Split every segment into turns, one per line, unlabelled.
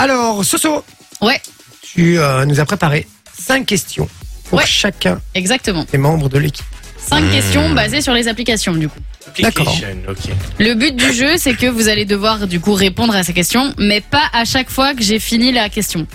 Alors, Soso,
Ouais,
tu euh, nous as préparé cinq questions pour
Ouais.
chacun
exactement.
des membres de l'équipe.
Cinq questions basées sur les applications, du coup.
D'accord.
Application, ok.
Le but du jeu, c'est que vous allez devoir, du coup, répondre à ces questions, mais pas à chaque fois que j'ai fini la question.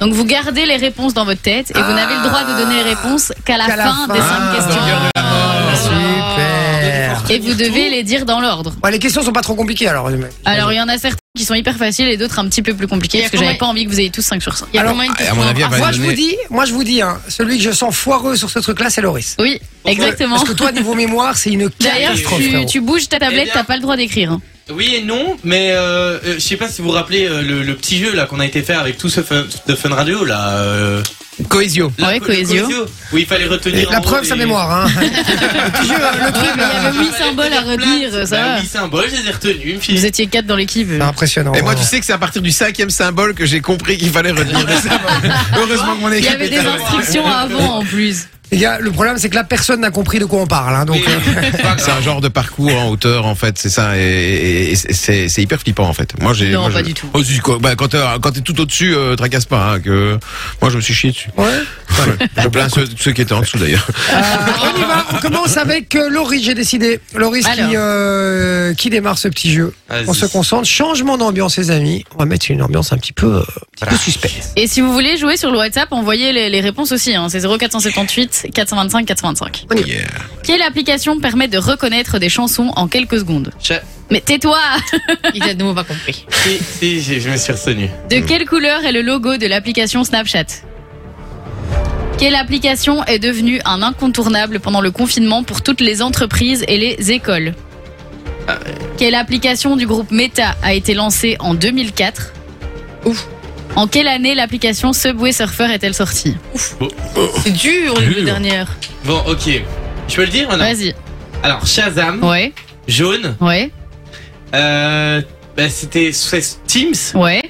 Donc, vous gardez les réponses dans votre tête et vous n'avez le droit de donner les réponses qu'à la,
Qu'à la
fin
fin.
des cinq
Ah,
questions.
burger de la
Ah. Voilà.
Super.
Et vous devez les dire dans l'ordre.
Ouais, les questions sont pas trop compliquées alors. euh,
Alors, il y en a certaines qui sont hyper faciles et d'autres un petit peu plus compliquées
Il y a
parce que j'avais pas
combien-
envie que vous ayez tous 5 sur 5.
Il y a
Alors,
combien de
Ah, à- à
questions
mon avis, elle va
moi
les
je vous
donner.
dis, moi je vous dis, hein, celui que je sens foireux sur ce truc-là, c'est Loris.
Oui, exactement.
Parce que toi, niveau mémoire, c'est une
D'ailleurs,
catastrophe.
tu,
frérot.
tu bouges ta
Eh
tablette,
bien-
t'as pas le droit d'écrire. hein.
Oui et non, mais euh, euh, je sais pas si vous vous rappelez euh, le, le petit jeu là qu'on a été faire avec tout ce fun, de Fun Radio là. Euh,
Cohésio.
la-
Ouais,
le
Cohesio.
Où il fallait retenir.
La
en
preuve,
haut
sa
les-
mémoire. Hein. Le petit jeu, euh, le
Oui,
truc,
mais il y avait 8 symboles à retenir, ça
Bah,
va.
Oui, symbole, je les ai retenus. Puis...
Vous étiez 4 dans l'équipe.
c'est impressionnant.
Et moi, tu
vraiment.
sais que c'est à partir du cinquième symbole que j'ai compris qu'il fallait retenir le symbole. Heureusement que mon
Il y
équipe
avait
était
des
là.
instructions avant en plus.
Les gars, le problème, c'est que là, personne n'a compris de quoi on parle. hein, donc,
Mais, euh, c'est pas
C'est
grave.
un genre de parcours en hauteur, en fait, c'est ça, et, et- et c'est c'est hyper flippant, en fait. Moi, j'ai.
Non,
moi,
pas
je-
du tout.
Oh, si, quoi, bah, quand t'es quand t'es tout au-dessus, euh, tracasse pas, hein, que. Moi, je me suis chié dessus.
euh, ouais.
Je plains ceux, ceux qui étaient en dessous, d'ailleurs.
Euh, on y va. On commence avec euh, Loris. J'ai décidé. Loris
Alors.
qui euh, qui démarre ce petit jeu.
Vas-y.
On se concentre. Changement d'ambiance, les amis. On va mettre une ambiance un petit peu, euh, un petit peu suspecte.
Et si vous voulez jouer sur le WhatsApp, envoyez les, les réponses aussi. Hein. C'est 0478 425 425.
Yeah.
Quelle application permet de reconnaître des chansons en quelques secondes
Cha-
Mais tais-toi
Il a de nouveau pas compris.
Si, si, j'ai- je me suis retenu.
De quelle couleur est le logo de l'application Snapchat Quelle application est devenue un incontournable pendant le confinement pour toutes les entreprises et les écoles Quelle application du groupe Meta a été lancée en 2004 Ouf. En quelle année l'application Subway Surfer est-elle sortie
C'est dur, les deux
Oh, Dur.
dernières.
Bon, ok. Je peux le dire maintenant
Vas-y.
Alors, Shazam,
Ouais,
Jaune,
ouais,
euh, bah, c'était c'est Teams.
ouais.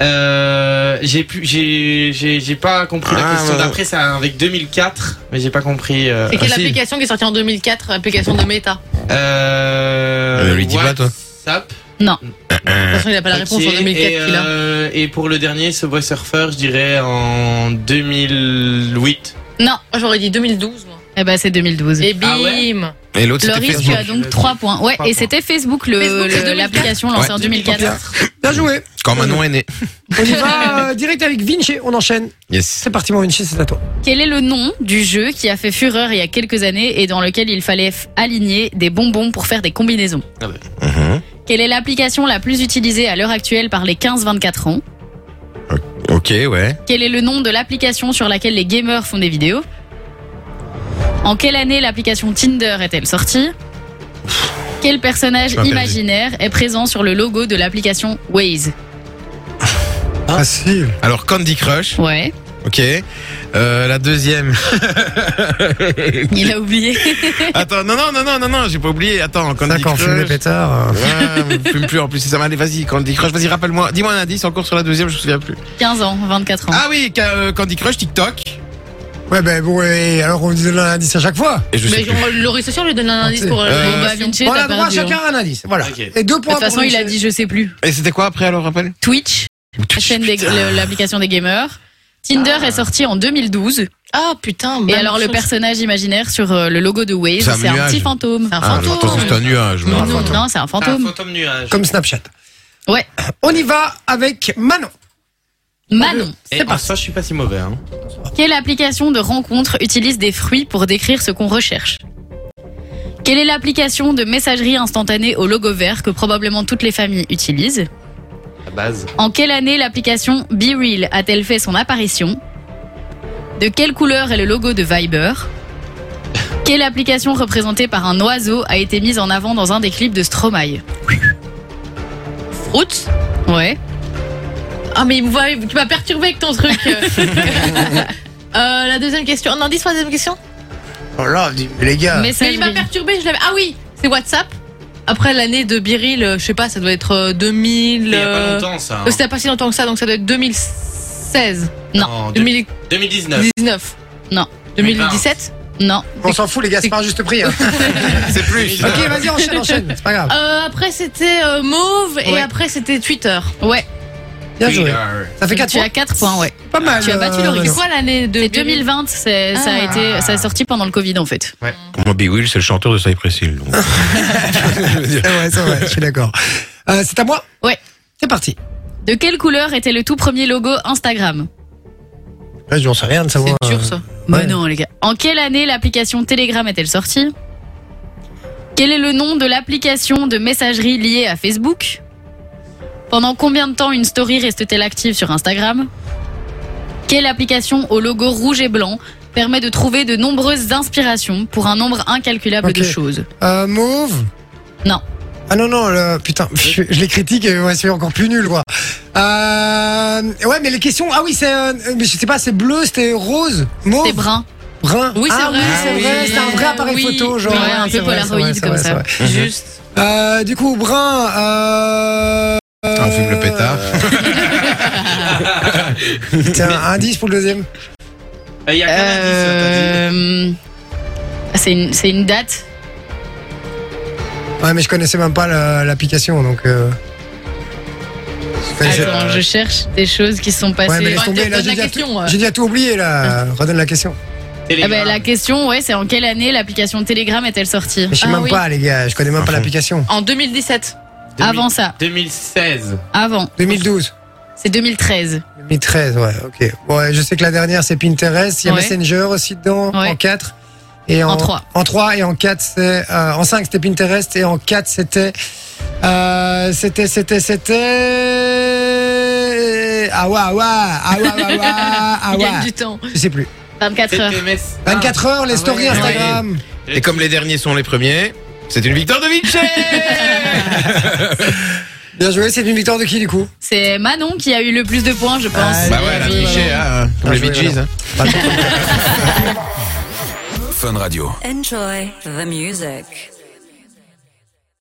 Euh, j'ai pu, j'ai, j'ai, j'ai pas compris la
Ah,
question
voilà.
d'après, c'est avec 2004, mais j'ai pas compris. Euh,
C'est quelle
Ah, si.
application qui est sortie en 2004 Application de Meta.
euh,
Euh, lui dis pas, toi.
WhatsApp.
De toute façon, il n'a pas la réponse
Ok,
en 2004
et,
qu'il
hein.
a.
euh, et pour le dernier, ce voix surfeur, je dirais en 2008.
Non,
Moi, j'aurais dit 2012, moi.
eh ben c'est 2012.
Et bim
Ah ouais
Et l'autre, c'était
Loris, tu
Facebook.
as donc 3 points. Ouais, et c'était Facebook, le-
Facebook,
le-
c'est 2004.
l'application lancée en
Ouais.
2004.
Bien joué.
Quand Manon est né.
On y va euh, direct avec Vinci. On enchaîne.
Yes.
C'est parti, mon Vinci. C'est à toi.
Quel est le nom du jeu qui a fait fureur il y a quelques années et dans lequel il fallait f- aligner des bonbons pour faire des combinaisons
Mhm.
Quelle est l'application la plus utilisée à l'heure actuelle par les 15-24 ans
Ok, ouais.
Quel est le nom de l'application sur laquelle les gamers font des vidéos En quelle année l'application Tinder est-elle sortie Quel personnage
Je m'appelle
imaginaire est présent sur le logo de l'application Waze
Ah,
Ah,
Facile.
Alors, Candy Crush,
Ouais,
ok. Euh, la deuxième.
il a oublié.
Attends, non, non, non, non, non, non, j'ai pas oublié. Attends,
Ça,
Candy
quand on fume les
Crush.
pétards. euh,
Ouais, fume plus en plus, c'est ça. Allez, vas-y, Candy Crush, vas-y, rappelle-moi. Dis-moi un indice encore sur la deuxième, je me souviens plus.
15 ans, 24 ans.
Ah oui, ca- euh, Candy Crush, TikTok.
Ouais, ben bon, ouais, alors on vous donne un indice à chaque fois.
Et je
Mais
sais plus.
genre, Laurie Saucier, on lui donne un indice pour. euh,
Bon,
Euh,
bah,
on
Vinci,
a
t'as
droit à
perdu, hein.
chacun un indice. Voilà.
Ok.
Et deux
De
points
toute façon,
pour
il a
Vinci.
dit je sais plus.
Et c'était quoi après, alors, rappelle
Twitch, la chaîne des- le- l'application des gamers. Tinder
Ah.
est sorti en 2012.
Ah putain,
Et
bah,
alors, le
chose.
personnage imaginaire sur euh, le logo de Waze,
C'est un
c'est un
nuage.
petit fantôme.
C'est un
Ah,
fantôme.
attention, c'est un nuage.
Non,
non.
non, non, c'est un
Ah,
fantôme.
fantôme nuage.
Comme Snapchat.
Ouais.
On y va avec Manon.
Manon,
Et par ça, je suis pas si mauvais. Hein.
quelle application de rencontre utilise des fruits pour décrire ce qu'on recherche Quelle est l'application de messagerie instantanée au logo vert que probablement toutes les familles utilisent
La base.
En quelle année l'application BeReal a-t-elle fait son apparition De quelle couleur est le logo de Viber Quelle application représentée par un oiseau a été mise en avant dans un des clips de Stromae
Route
Ouais.
Ah, mais il me voit- tu m'as perturbé avec ton truc. Euh, la deuxième question. Un indice pour la deuxième question
Oh là, les gars.
Mais il Ah. m'a perturbé, je l'avais. Ah oui, c'est WhatsApp. Après l'année de Biril, euh, je sais pas, ça doit être euh, 2000.
Il y a pas
euh,
longtemps ça. hein.
euh, C'était pas si longtemps que ça, donc ça doit être 2016,
En deux-
2019,
2019.
2017.
Non.
On s'en fout, les gars, c'est pas un juste prix. hein.
C'est plus.
ok, vas-y, enchaîne, enchaîne. C'est pas grave.
Euh, après c'était euh, Mauve
Ouais.
et après c'était Twitter.
Ouais.
Bien joué.
Thriller.
Ça fait
Tu
4
as 4 Ah, points, ouais.
Pas mal.
tu as battu
euh,
le
C'est
record.
Manon.
quoi l'année de
C'est 2020, c'est- ça a
Ah.
été, ça est sorti pendant le Covid en fait.
Ah.
Pour moi, Big Will, c'est le chanteur de Cypress Hill. donc.
C'est vrai, c'est vrai, je suis d'accord. Euh, c'est à moi
Ouais.
C'est parti.
De quelle couleur était le tout premier logo Instagram
Ouais, j'en sais rien de savoir.
C'est dur
euh,
ça.
Ouais.
Mais non les gars. En quelle année l'application Telegram est-elle sortie Quel est le nom de l'application de messagerie liée à Facebook Pendant combien de temps une story reste-t-elle active sur Instagram Quelle application au logo rouge et blanc permet de trouver de nombreuses inspirations pour un nombre incalculable de
Ok.
choses
Euh, move
Non.
Ah non, non, le... putain, je, je les critique et ouais, c'est encore plus nul, quoi. Euh... Ouais, mais les questions. Ah oui, c'est. euh, mais je sais pas, c'est bleu, c'était rose, mauve.
C'est brun.
Brun.
Oui, c'est
ah,
vrai.
Oui, c'est
Ah
vrai,
oui.
c'est un vrai appareil
Oui.
photo, genre.
Ouais,
ouais,
un peu
c'est vrai, c'est
Polaroid
vrai, c'est
comme
vrai,
ça.
c'est vrai.
Juste.
Euh, du coup, brun. Euh...
Ah, on fume le pétard.
Tiens, indice pour le deuxième.
bah, Il y a qu'un indice,
Euh, C'est une, c'est une date.
Ouais, mais je connaissais même pas la- l'application, donc. Euh... Enfin, je-
Attends, je cherche des choses qui se sont
Ouais,
passées.
mais laisse
Ouais,
tomber,
donne
là,
Bah, la
j'ai déjà
question, euh,
tout-
ouais.
j'ai déjà tout oublié,
euh,
là. Euh, Redonne la question.
t'as dit.
Ah ben,
Telegram.
la question, ouais, c'est en quelle année l'application Telegram est-elle sortie
Mais je sais
Ah
même
oui.
pas, les gars, je connais même pas
Enfin.
l'application.
En 2017.
2000
Avant ça,
2016.
avant.
2012.
C'est 2013.
2013, ouais, ok. Ouais, je sais que la dernière, c'est Pinterest. Il y a
Ouais.
Messenger aussi dedans,
Ouais.
en 4. Et
En trois.
En 3 et en 4, c'est. euh, en 5, c'était Pinterest. Et en 4, c'était. euh, c'était, c'était, c'était. Ah ouais, ah ouais, ah ouais, ah ouais, ah
Il gagne
ouais.
du temps.
Je sais plus.
24 heures.
TMS.
24 heures, les
Ah
stories
ouais.
Instagram.
Et comme les derniers sont les premiers, c'est une victoire de Vinci
Bien joué, c'est une victoire de qui du coup
C'est Manon qui a eu le plus de points, je pense.
Ah,
Bah ouais, la
oui,
Vinci,
voilà.
hein, comme
Ah,
les
je vais
Bee Gees,
là.
hein.
Pas trop.
Fun Radio.
Enjoy the music.